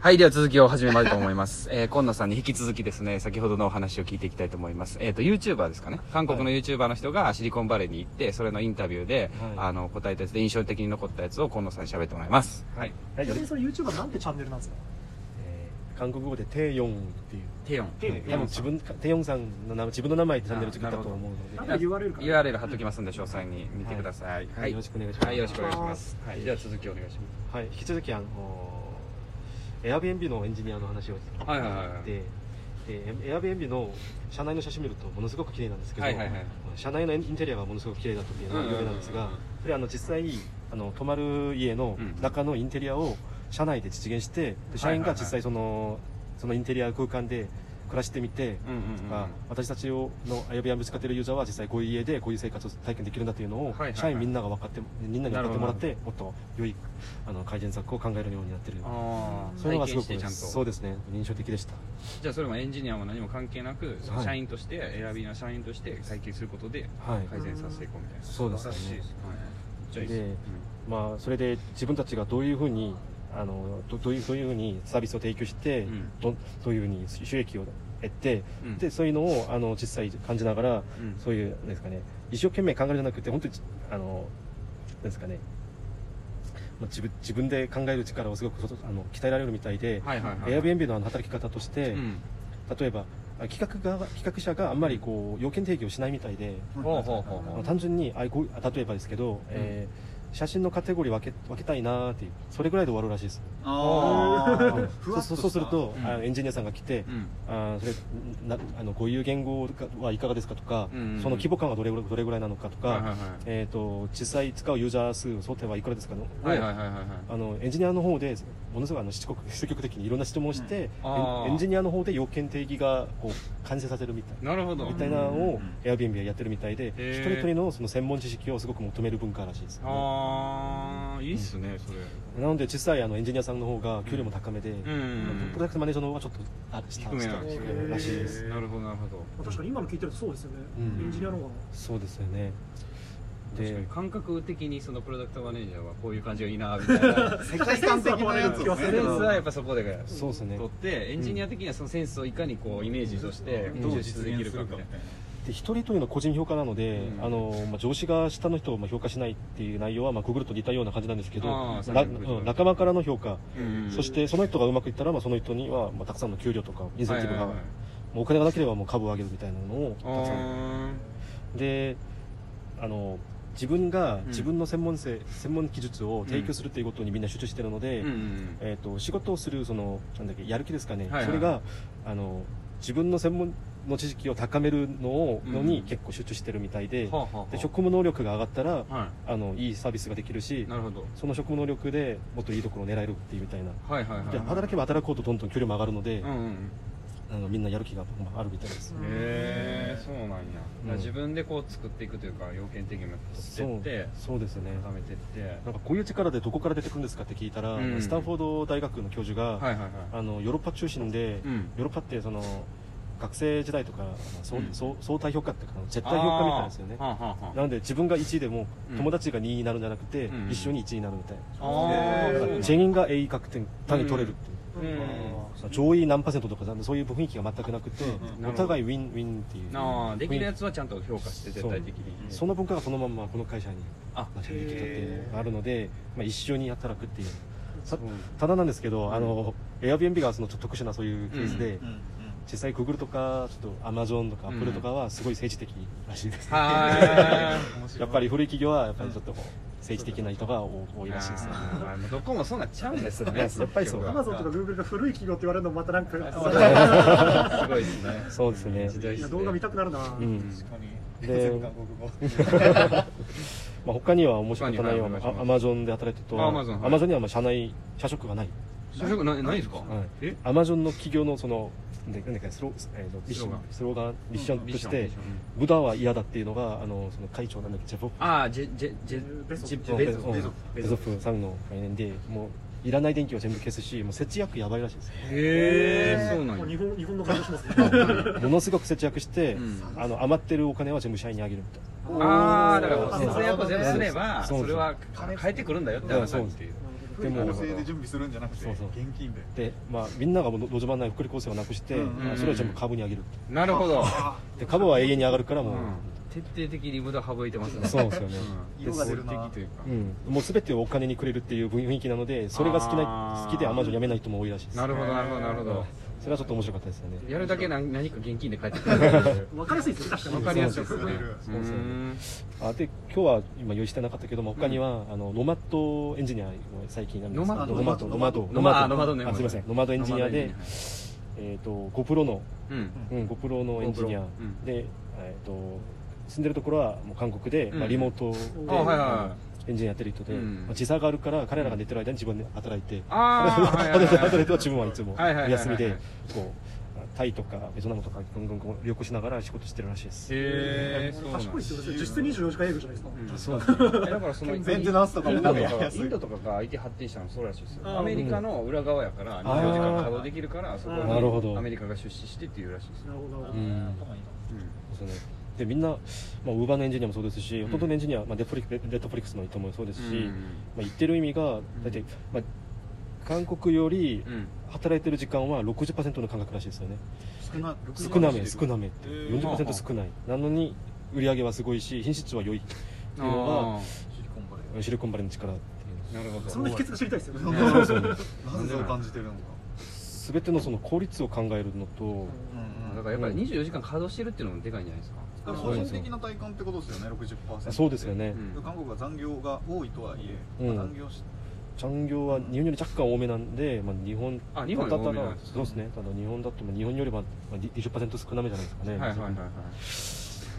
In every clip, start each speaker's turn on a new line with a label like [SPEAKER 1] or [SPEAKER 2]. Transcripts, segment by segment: [SPEAKER 1] はい、では続きを始めまりと思います。 えー、今野さんに引き続きですね、先ほどのお話を聞いていきたいと思います。えっ、と、YouTuber ですかね。韓国の YouTuber の人がシリコンバレーに行って、それのインタビューで、
[SPEAKER 2] はい
[SPEAKER 1] あの、答えたやつで印象的に残ったやつを今野さんに喋ってもらいます。はい。
[SPEAKER 2] はい
[SPEAKER 3] ちなみにそれ YouTuber なんてチャンネルなんですか
[SPEAKER 2] えー韓国語でテイヨンっていう
[SPEAKER 1] テヨン。
[SPEAKER 3] テヨン
[SPEAKER 2] 多分自分テイヨンさんの名前自分の名前でチャンネル作ったと思う
[SPEAKER 3] な
[SPEAKER 2] の
[SPEAKER 3] ん
[SPEAKER 2] で
[SPEAKER 3] か URL から
[SPEAKER 1] URL 貼っときますんで、詳細に見てください。
[SPEAKER 2] はいよろしくお願いします
[SPEAKER 1] はい、よろしくお願いします。は
[SPEAKER 2] はい
[SPEAKER 1] い。では続きお願いしま
[SPEAKER 2] はい引き続きあのエアビーンビのエンジニアの話を
[SPEAKER 1] す。はいはいはい。
[SPEAKER 2] ででエアビーンビの社内の写真見るとものすごく綺麗なんですけど、
[SPEAKER 1] はいはいはい
[SPEAKER 2] 社内のインテリアがものすごく綺麗だったっていうのが有名なんです
[SPEAKER 1] うん
[SPEAKER 2] が
[SPEAKER 1] うんうんうん
[SPEAKER 2] それあの実際あの泊まる家の中のインテリアを社内で実現してで社員が実際そのそのインテリア空間で暮らしてみて、
[SPEAKER 1] うんうんうん。
[SPEAKER 2] まあ、私たちをの Airbnb を使っているユーザーは実際こういう家でこういう生活を体験できるんだというのを、
[SPEAKER 1] いはいはい
[SPEAKER 2] 社員みんなが分かってみんなに分かってもらっ
[SPEAKER 1] な
[SPEAKER 2] てもっと良いあの改善策を考えるようになってる
[SPEAKER 1] ああ、
[SPEAKER 2] そういうのが
[SPEAKER 1] 体
[SPEAKER 2] す
[SPEAKER 1] 験して
[SPEAKER 2] ごく
[SPEAKER 1] ちゃんと。
[SPEAKER 2] そうですね印象的でした
[SPEAKER 1] じゃあそれもエンジニアも何も関係なく、その
[SPEAKER 2] はい
[SPEAKER 1] 社員として、選びの社員として体験することで
[SPEAKER 2] はい
[SPEAKER 1] 改善させていこうみたいな。
[SPEAKER 2] そうですね
[SPEAKER 1] 素晴らしいじゃあいい
[SPEAKER 2] で
[SPEAKER 1] です
[SPEAKER 2] まあそれで自分たちがどういうふうにあのどどういうどういうふうにサービスを提供して、
[SPEAKER 1] うん
[SPEAKER 2] どどういうふうに収益を得て、
[SPEAKER 1] うん
[SPEAKER 2] でそういうのをあの実際感じながら
[SPEAKER 1] うん
[SPEAKER 2] そういうなんですかね一生懸命考えるんじゃなくて本当にあのなんですかねまあ自分自分で考える力をすごくあの鍛えられるみたいで、
[SPEAKER 1] はいはいはい。
[SPEAKER 2] Airbnb のあの働き方として、
[SPEAKER 1] うん。
[SPEAKER 2] 例えばあ企画が企画者があんまりこう要件提供しないみたいで、
[SPEAKER 1] ほうほうほう
[SPEAKER 2] あ
[SPEAKER 1] ほ
[SPEAKER 2] の単純にあこう例えばですけど、えー写真のカテゴリー分け分けたいなーっていうそれぐらいで終わるらしいです
[SPEAKER 4] あーふわっ
[SPEAKER 2] そ
[SPEAKER 4] と
[SPEAKER 2] う
[SPEAKER 4] した
[SPEAKER 2] そうすると、
[SPEAKER 1] うん
[SPEAKER 2] あのエンジニアさんが来て、
[SPEAKER 1] う。うん。
[SPEAKER 2] あーそれなあのこういう言語がはいかがですかとか、
[SPEAKER 1] うんうんうん
[SPEAKER 2] その規模感はどれぐらいどれぐらいなのかとか、
[SPEAKER 1] はいはいはい
[SPEAKER 2] えー、と実際使うユーザー数想定はいくらですかの、
[SPEAKER 1] はいはいはいはいはい。
[SPEAKER 2] あのエンジニアの方でものすごいあのしつこく積極的にいろんな質問をして、エ
[SPEAKER 1] うんあー
[SPEAKER 2] ンエンジニアの方で要件定義がこう完成させるみたいな。
[SPEAKER 1] なるほど。
[SPEAKER 2] みたいなのを Airbnb はやってるみたいで、
[SPEAKER 1] へー
[SPEAKER 2] 一人一人のその専門知識をすごく求める文化らしいですよね。
[SPEAKER 1] ああ、いいっすね、それ。
[SPEAKER 2] なので実際あのエンジニアさんの方が給料も高めで、
[SPEAKER 1] うんうん
[SPEAKER 2] プロダクトマネージャーの方がちょっとあ下
[SPEAKER 1] 低めな
[SPEAKER 2] 下
[SPEAKER 1] ん
[SPEAKER 2] 低
[SPEAKER 1] で
[SPEAKER 3] 低
[SPEAKER 2] め
[SPEAKER 3] め
[SPEAKER 2] らしいです。
[SPEAKER 1] すね。なるほどなるほど。
[SPEAKER 3] 確かに今の聞いてるとそうですよね、
[SPEAKER 2] うん
[SPEAKER 3] エンジニアの方が
[SPEAKER 2] そうですよね。
[SPEAKER 1] 確か
[SPEAKER 2] で
[SPEAKER 1] に、感覚的にそのプロダクトマネージャーはこういう感じがいいなみた いな
[SPEAKER 4] 世界観的なやつを
[SPEAKER 1] センスはやっぱそこで
[SPEAKER 2] そうですね
[SPEAKER 1] 取ってエンジニア的にはそのセンスをいかにこうイメージとして
[SPEAKER 2] うん
[SPEAKER 1] ど
[SPEAKER 4] ど
[SPEAKER 1] う
[SPEAKER 4] う
[SPEAKER 1] 実
[SPEAKER 4] 実
[SPEAKER 1] 現で
[SPEAKER 4] 現
[SPEAKER 1] き
[SPEAKER 4] す
[SPEAKER 1] る
[SPEAKER 4] る
[SPEAKER 1] かみた
[SPEAKER 4] かみ
[SPEAKER 1] い
[SPEAKER 4] たい
[SPEAKER 1] な
[SPEAKER 4] な
[SPEAKER 2] で一人一人の個人評価なので、
[SPEAKER 1] うん
[SPEAKER 2] あのまあ、上司が下の人をまあ評価しないっていう内容は、まあ、ググると似たような感じなんですけど、
[SPEAKER 1] あー
[SPEAKER 2] ら
[SPEAKER 1] そういうこと
[SPEAKER 2] うん仲間からの評価、
[SPEAKER 1] うん
[SPEAKER 2] そしてその人がうまくいったら、まあ、その人には、まあ、たくさんの給料とかインセンティブが、
[SPEAKER 1] はいはいはい
[SPEAKER 2] もうお金がなければもう株を上げるみたいなのをたくさん
[SPEAKER 1] あ
[SPEAKER 2] であの自分が
[SPEAKER 1] ん
[SPEAKER 2] 自分の専門性、専門技術を提供するということにみんな集中してるの
[SPEAKER 1] ーう
[SPEAKER 2] で、
[SPEAKER 1] んうん
[SPEAKER 2] えー、と仕事をするそのなんだっけやる気ですかね、
[SPEAKER 1] はいはい
[SPEAKER 2] それがあの自分の専門の知識を高めるのを、
[SPEAKER 1] うん
[SPEAKER 2] のに結構集中してるみたいで,、
[SPEAKER 1] はあはあはあ
[SPEAKER 2] で職務能力が上がったら、
[SPEAKER 1] は
[SPEAKER 2] あのいいサービスができるし
[SPEAKER 1] いなるほど
[SPEAKER 2] その職務能力でもっといいところを狙えるっていうみたいな、
[SPEAKER 1] はいはいはい
[SPEAKER 2] で働けば働こうとどんどん給料も上がるので、
[SPEAKER 1] うんうん
[SPEAKER 2] あのみんなやる気がまああるみたいです、
[SPEAKER 3] うん
[SPEAKER 1] へえそうなんや
[SPEAKER 2] うん
[SPEAKER 1] 自分でこう作っていくというか要件的にも
[SPEAKER 2] そ
[SPEAKER 1] 取っ
[SPEAKER 2] う
[SPEAKER 1] てって
[SPEAKER 2] そうですね
[SPEAKER 1] 固めてって
[SPEAKER 2] なんかこういう力でどこから出てくるんですかって聞いたら、
[SPEAKER 1] うん
[SPEAKER 2] スタンフォード大学の教授
[SPEAKER 1] は
[SPEAKER 2] が、
[SPEAKER 1] いはいはい
[SPEAKER 2] あのヨーロッパ中心で、
[SPEAKER 1] うん
[SPEAKER 2] ヨーロッパってその学生時代とかそう、
[SPEAKER 1] うん
[SPEAKER 2] そう相対評価っていうか絶対評価みたいなんですよね
[SPEAKER 1] あーはあはあはあ
[SPEAKER 2] なので自分が1位でも
[SPEAKER 1] うん
[SPEAKER 2] 友達が2位になるんじゃなくて、
[SPEAKER 1] うん
[SPEAKER 2] 一緒に1位になるみたいな、
[SPEAKER 1] あー
[SPEAKER 4] へー
[SPEAKER 1] そうなんだ
[SPEAKER 2] 全員が A 確定単位取れるっていう、
[SPEAKER 1] う
[SPEAKER 2] 上位何パーセントとかそういう雰囲気が全くなくて、
[SPEAKER 1] んうん
[SPEAKER 2] お互いウィンウィンっていう
[SPEAKER 1] ああできるや
[SPEAKER 2] つ
[SPEAKER 1] つはちゃんと評価して絶対的に
[SPEAKER 2] その文化がそのまんまこの会社に
[SPEAKER 1] あ
[SPEAKER 2] ま響き立っていうのがあるので、まあ、一緒に働くっていう
[SPEAKER 1] そ
[SPEAKER 2] た
[SPEAKER 1] う
[SPEAKER 2] ただなんですけど、あの Airbnb がそのちょっと特殊なそういうケースで、
[SPEAKER 4] うんうん
[SPEAKER 2] 実際 Google とかちょっと Amazon とか
[SPEAKER 1] うん
[SPEAKER 2] Apple とかはすごい政治的らしいです、
[SPEAKER 1] はーい
[SPEAKER 4] 面白い
[SPEAKER 2] やっぱり古い企業はやっぱりちょっとこう政治的な人が多多いらしいですね
[SPEAKER 1] あーもうどこもそんなんちゃうんですね
[SPEAKER 2] やっぱりそ
[SPEAKER 1] 結
[SPEAKER 2] う
[SPEAKER 3] ア
[SPEAKER 1] 局
[SPEAKER 3] マゾンとか Google が古い企業って言われるのもまたなんか
[SPEAKER 1] すごいですね。
[SPEAKER 2] そうですね
[SPEAKER 1] 時代
[SPEAKER 3] い
[SPEAKER 1] で
[SPEAKER 3] や
[SPEAKER 1] す
[SPEAKER 3] 動画見
[SPEAKER 1] ね。
[SPEAKER 3] たくなるな、
[SPEAKER 2] うん
[SPEAKER 4] 確かに
[SPEAKER 2] で
[SPEAKER 4] 全部韓国語
[SPEAKER 2] まあ、他には面白くないような
[SPEAKER 1] 他にはい
[SPEAKER 2] Amazon で働いてると
[SPEAKER 1] あ Amazon はい
[SPEAKER 2] Amazon にはまあ社内社食がない
[SPEAKER 1] 社食ないないですか？
[SPEAKER 2] はい
[SPEAKER 1] え？
[SPEAKER 2] Amazon の企業のそのでなんだっけスロ,、えーとミッションスローガンミッションとし
[SPEAKER 1] ミ
[SPEAKER 2] て
[SPEAKER 1] ッション
[SPEAKER 2] 無駄は嫌だっていうのがあのその会長なんだっけジェフ
[SPEAKER 1] ああジェジェジェ
[SPEAKER 3] ベゾス
[SPEAKER 1] ジェ
[SPEAKER 2] うん
[SPEAKER 1] ベゾ
[SPEAKER 2] うん
[SPEAKER 1] ベゾ
[SPEAKER 2] ベゾフさんの概念でもういらない電気を全部消すしもう節約やばいらしいで
[SPEAKER 1] へ
[SPEAKER 2] す
[SPEAKER 1] えそうなん
[SPEAKER 3] も
[SPEAKER 1] や
[SPEAKER 3] う日本日本の感じ しますね
[SPEAKER 2] ものすごく節約して、
[SPEAKER 1] うん
[SPEAKER 2] あの余ってるお金は全部社員にあげるみたいな
[SPEAKER 1] ああだからもう節約を全部すれば
[SPEAKER 2] そうそう
[SPEAKER 1] それは返ってくるんだよって話
[SPEAKER 2] そ
[SPEAKER 1] っ
[SPEAKER 2] う
[SPEAKER 1] ていう。
[SPEAKER 3] な
[SPEAKER 2] でも
[SPEAKER 4] 構成で準備するんじゃなくて
[SPEAKER 2] そうそう
[SPEAKER 4] 現金で
[SPEAKER 2] で、まあ、みんながもう路上版ない福利厚生をなくして、
[SPEAKER 4] うん
[SPEAKER 2] まあそれを全部株にあげるって
[SPEAKER 1] なるほど、
[SPEAKER 2] で株は永遠に上がるからもう、
[SPEAKER 1] 徹底的に無駄省いてますね
[SPEAKER 2] そうですよね、
[SPEAKER 4] 色が出るな
[SPEAKER 1] 合理的というか
[SPEAKER 2] うん、もう全てをお金にくれるっていう雰囲気なのでそれが好きな
[SPEAKER 1] あー
[SPEAKER 2] 好きでアマゾン辞めない人も多いらしいです
[SPEAKER 1] なるほどなるほどなるほど
[SPEAKER 2] それはちょっと面白かったですよね
[SPEAKER 1] やるだけ何何か現金で帰ってくるっていう
[SPEAKER 3] 分かりやすいですよ、確かに。
[SPEAKER 1] わかりやすいですね
[SPEAKER 4] そう
[SPEAKER 1] う
[SPEAKER 4] です
[SPEAKER 2] ね
[SPEAKER 1] ーん
[SPEAKER 2] あで今日は今用意してなかったけども他には、あのノマットエンジニアを最近なんですけど
[SPEAKER 1] ノマ
[SPEAKER 4] ット
[SPEAKER 2] ノマット
[SPEAKER 1] ノ
[SPEAKER 2] ノ
[SPEAKER 1] マ
[SPEAKER 2] マ
[SPEAKER 1] ット
[SPEAKER 2] ット
[SPEAKER 1] あノマットね
[SPEAKER 2] あすいませんノマットエンジニア
[SPEAKER 1] ノマ
[SPEAKER 2] で
[SPEAKER 1] ドエンジ
[SPEAKER 2] えっ、と GoPro の、
[SPEAKER 1] ニアうん
[SPEAKER 2] うん、GoPro のエンジニア
[SPEAKER 1] GoPro うん
[SPEAKER 2] で、えっ、と住んでるところはもう韓国で、
[SPEAKER 1] うん
[SPEAKER 2] まあ、リモートで、
[SPEAKER 1] あはいはい
[SPEAKER 2] あ
[SPEAKER 1] は
[SPEAKER 2] の
[SPEAKER 1] い
[SPEAKER 2] エンジニアやってる人で、
[SPEAKER 1] うん
[SPEAKER 2] まあ時差があるから彼らが寝てる間に自分で働いて、
[SPEAKER 1] ああはいはい
[SPEAKER 2] 働
[SPEAKER 1] はい
[SPEAKER 2] いては自分はいつも
[SPEAKER 1] はいはいはいはい
[SPEAKER 2] 休みでこうタイとかベトナムとかぐんぐんこう旅行しながら仕事してるらしいです
[SPEAKER 1] へえそうなん
[SPEAKER 3] 賢い
[SPEAKER 1] で
[SPEAKER 3] です
[SPEAKER 1] す
[SPEAKER 3] よね。実質24時間営業じゃないですか。
[SPEAKER 2] そう
[SPEAKER 1] えだからその
[SPEAKER 4] メンテナンスとかも
[SPEAKER 1] インドと
[SPEAKER 4] やり
[SPEAKER 1] か
[SPEAKER 4] やすい
[SPEAKER 1] インドとかが IT 発展したのそうらしいです
[SPEAKER 3] あ
[SPEAKER 1] よ
[SPEAKER 3] ー
[SPEAKER 1] アメリカの裏側やから24時間稼働できるからそこ
[SPEAKER 3] な
[SPEAKER 2] るほど
[SPEAKER 1] にアメリカが出資してっていうらしいです
[SPEAKER 3] な
[SPEAKER 1] よ
[SPEAKER 3] るほど、なるほ
[SPEAKER 2] う
[SPEAKER 3] ど。
[SPEAKER 2] んそうですねでみんな、まあ、ウーバーのエンジニアもそうですし
[SPEAKER 1] ん
[SPEAKER 2] 弟のエンジニア、まあ、デッドフリレッドフリックスの人もそうですし、
[SPEAKER 1] うん
[SPEAKER 2] まあ、言ってる意味が大体、まあ、韓国より
[SPEAKER 1] うん
[SPEAKER 2] 働いてる時間は60%の感覚らしいですよね
[SPEAKER 4] 少な
[SPEAKER 2] 少なめ少なめって
[SPEAKER 4] へえ
[SPEAKER 2] 40%少ないなのに売り上げはすごいし品質は良いっていう
[SPEAKER 1] あ
[SPEAKER 2] の
[SPEAKER 4] シリコンバレ
[SPEAKER 2] がシリコンバレーの力っていう
[SPEAKER 1] ーなるほど
[SPEAKER 3] そんな秘訣が知りたいですよね。
[SPEAKER 4] ーなぜそう感じてるのか
[SPEAKER 2] 全てのその効率を考えるのと
[SPEAKER 4] うんうん
[SPEAKER 1] だからやっぱり24時間稼働してるっていうのもでかいんじゃないですか
[SPEAKER 4] だから個人的な体感ってことですよね60%
[SPEAKER 2] そうですよね、
[SPEAKER 1] うん
[SPEAKER 4] 韓国は残業が多いとはいえ、
[SPEAKER 2] うん
[SPEAKER 4] まあ残業し
[SPEAKER 2] 残業は日本より若干多めなんで、まあ、日本
[SPEAKER 1] あ日本より多めなん
[SPEAKER 2] だ
[SPEAKER 1] で
[SPEAKER 2] っ
[SPEAKER 1] すね
[SPEAKER 2] たらそうですねただ日本だとまあ日本よりはまあ20%少なめじゃないですかね、
[SPEAKER 1] はいはいはい
[SPEAKER 2] まあ
[SPEAKER 1] はい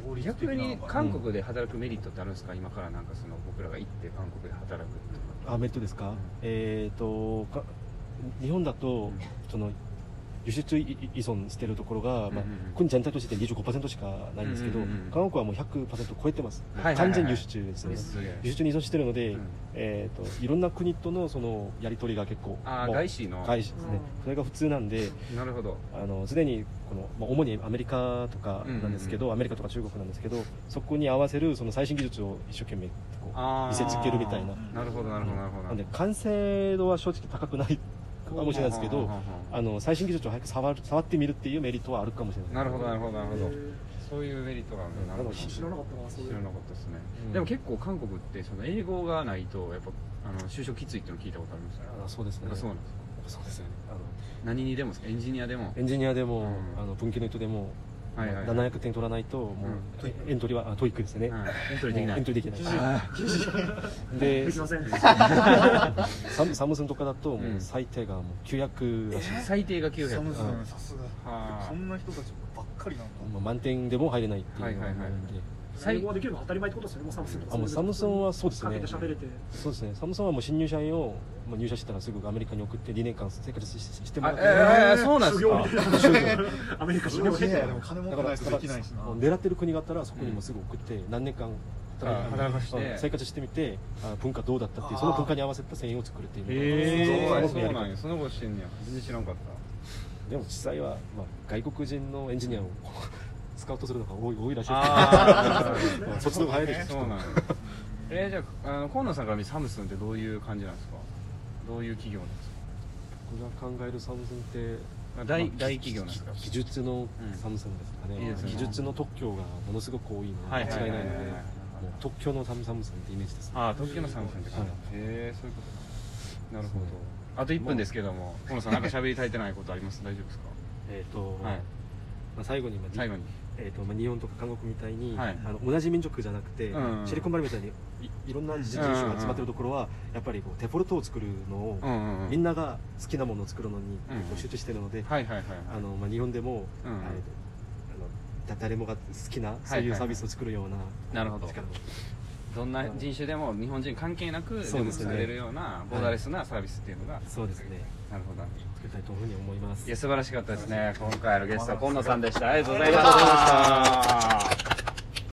[SPEAKER 4] 合理的
[SPEAKER 1] 逆に
[SPEAKER 4] なのか
[SPEAKER 1] 韓国で働くメリットってあるんですか、今からなんかその僕らが行って韓国で働くっていう
[SPEAKER 2] あメットですか、えっ、とか日本だと
[SPEAKER 1] ん
[SPEAKER 2] その輸出依存してるところが、まあ
[SPEAKER 1] うんうんうん
[SPEAKER 2] 国全体として25%しかないんですけど、
[SPEAKER 1] うんうんうんうん
[SPEAKER 2] 韓国はもう100%超えてます、もう
[SPEAKER 1] はいはいはい
[SPEAKER 2] 完全輸出中ですよね、
[SPEAKER 1] すげえ
[SPEAKER 2] 輸出に依存してるので、
[SPEAKER 1] うん
[SPEAKER 2] えー、といろんな国とのそのやり取りが結構
[SPEAKER 1] あー
[SPEAKER 2] もう
[SPEAKER 1] 外資の
[SPEAKER 2] 外資ですね、
[SPEAKER 3] うん
[SPEAKER 2] それが普通なんで、
[SPEAKER 1] なるほど
[SPEAKER 2] あのすでにこの、まあ、主にアメリカとかなんですけど、
[SPEAKER 1] うん
[SPEAKER 2] アメリカとか中国なんですけどそこに合わせるその最新技術を一生懸命こう
[SPEAKER 1] あー
[SPEAKER 2] 見せつけるみたいな
[SPEAKER 1] なるほどなるほどなるほど
[SPEAKER 2] なんで完成度は正直高くないかもしれないですけ
[SPEAKER 1] は
[SPEAKER 2] ど
[SPEAKER 1] ははは
[SPEAKER 2] あの最新技術を早く触る触ってみるっていうメリットはあるかもしれない
[SPEAKER 1] なるほどなるほどなるほど
[SPEAKER 3] へー
[SPEAKER 1] そういうメリットがあるんだなるほど
[SPEAKER 3] 知
[SPEAKER 1] 知
[SPEAKER 3] らなかったな、そういう
[SPEAKER 1] らな
[SPEAKER 3] の。
[SPEAKER 1] かったですね、
[SPEAKER 2] うん
[SPEAKER 1] でも結構韓国ってその英語がないとやっぱあの就職きついっていうの聞いたことありますよ
[SPEAKER 2] あそうですね
[SPEAKER 1] あそうなんですか
[SPEAKER 2] そうですよねあの
[SPEAKER 1] 何にでもですかエンジニアでも
[SPEAKER 2] エンジニアでも、
[SPEAKER 1] うん
[SPEAKER 2] あの文系の人でも、
[SPEAKER 1] はいはい
[SPEAKER 2] まあ700点取らないともう、エントリーはあトイックですね、
[SPEAKER 1] はいエントリーでき
[SPEAKER 2] も
[SPEAKER 1] な
[SPEAKER 2] う
[SPEAKER 1] い
[SPEAKER 2] エントリーできない
[SPEAKER 1] あ
[SPEAKER 2] で
[SPEAKER 3] できません。
[SPEAKER 2] サムサムスンとかだと
[SPEAKER 1] う
[SPEAKER 2] も
[SPEAKER 1] ん
[SPEAKER 2] う最低がもう900らしい、
[SPEAKER 1] ー最低が900
[SPEAKER 4] サムスン
[SPEAKER 2] うん
[SPEAKER 4] さす
[SPEAKER 1] はあ
[SPEAKER 4] がそんな人たちばっかりなんだ
[SPEAKER 2] まあ、満点でも入れないっていうのがあるんで、
[SPEAKER 1] はいはいはい
[SPEAKER 3] 英語ができるのは当たり前ってことですよね、もうサムスンとか。
[SPEAKER 2] あもうサムスンはそうですね
[SPEAKER 3] かけて喋れて。
[SPEAKER 2] そうですねサムソンはもう新入社員を、まあ、入社したらすぐアメリカに送って2年間生活しししても
[SPEAKER 1] あ
[SPEAKER 2] らって、
[SPEAKER 1] えー、そうなんで
[SPEAKER 3] 修
[SPEAKER 1] すか
[SPEAKER 3] 行み たいな。修行アメリカ修行みたい
[SPEAKER 4] い
[SPEAKER 3] な
[SPEAKER 4] やでも金持ってないとできないしな
[SPEAKER 2] あの狙ってる国があったらそこにもすぐ送って何年間働い
[SPEAKER 1] あ
[SPEAKER 2] て
[SPEAKER 1] 働かして
[SPEAKER 2] うん生活してみてあ文化どうだったっていう
[SPEAKER 4] あー
[SPEAKER 2] その文化に合わせた繊維を作るっていうのが
[SPEAKER 1] へえ
[SPEAKER 2] すごく
[SPEAKER 1] そう
[SPEAKER 2] やり
[SPEAKER 1] な
[SPEAKER 2] 方
[SPEAKER 1] んやそのことしてんねや全然知らんかった
[SPEAKER 2] でも実際は、まあ、外国人のエンジニアをこうスカウトするのが多い多いらしい
[SPEAKER 1] あ
[SPEAKER 2] です ねそっちの方が早いで す
[SPEAKER 1] そうなんやえー、じゃああの河野さんから見てサムスンってどういう感じなんですかどういう企業なんですか
[SPEAKER 2] 僕が考えるサムスンって
[SPEAKER 1] まあ大,、
[SPEAKER 2] まあ
[SPEAKER 1] 大企業なんですか
[SPEAKER 2] 技術のサムスンですかね、
[SPEAKER 1] うん技術の
[SPEAKER 2] 技術の特許がものすごく多いの
[SPEAKER 1] は
[SPEAKER 2] で
[SPEAKER 1] いはい
[SPEAKER 2] 間
[SPEAKER 1] はい
[SPEAKER 2] 違い
[SPEAKER 1] は
[SPEAKER 2] ないいのでもう特許のサムサムスンってイメージですね
[SPEAKER 1] ああ東京のサムスンって感じ
[SPEAKER 2] はい
[SPEAKER 1] へえそういうことなんだなるほど
[SPEAKER 2] そう
[SPEAKER 1] あと1分ですけども河野さんなんか喋り足りてないことあります大丈夫です
[SPEAKER 2] えっ、と、
[SPEAKER 1] かはい
[SPEAKER 2] まあ、最後に、まあ、
[SPEAKER 1] 最後に
[SPEAKER 2] えーとまあ、日本とか韓国みたいに、
[SPEAKER 1] はい
[SPEAKER 2] あの同じ民族じゃなくて、
[SPEAKER 1] うん
[SPEAKER 2] シリコンバレーみたいにいいろんな人種が集まってるところは、やっぱりこうデフォルトを作るのを、
[SPEAKER 1] うんうんうん
[SPEAKER 2] みんなが好きなものを作るのに、
[SPEAKER 1] うん
[SPEAKER 2] こう集中してるので、
[SPEAKER 1] はいはいはい
[SPEAKER 2] あのまあ、日本でも、
[SPEAKER 1] うん
[SPEAKER 2] あのあのだ誰もが好きなそういうサービスを作るような
[SPEAKER 1] なるほど
[SPEAKER 2] 力を、
[SPEAKER 1] どんな人種でも日本人関係なく
[SPEAKER 2] そうですね
[SPEAKER 1] されるようなボーダーレスなサービスっていうのが
[SPEAKER 2] そうですね
[SPEAKER 1] なるほど
[SPEAKER 2] 作りたいというふうに思います
[SPEAKER 1] いや素晴らしかったですね今回のゲストは今野さんでしたありがとうございました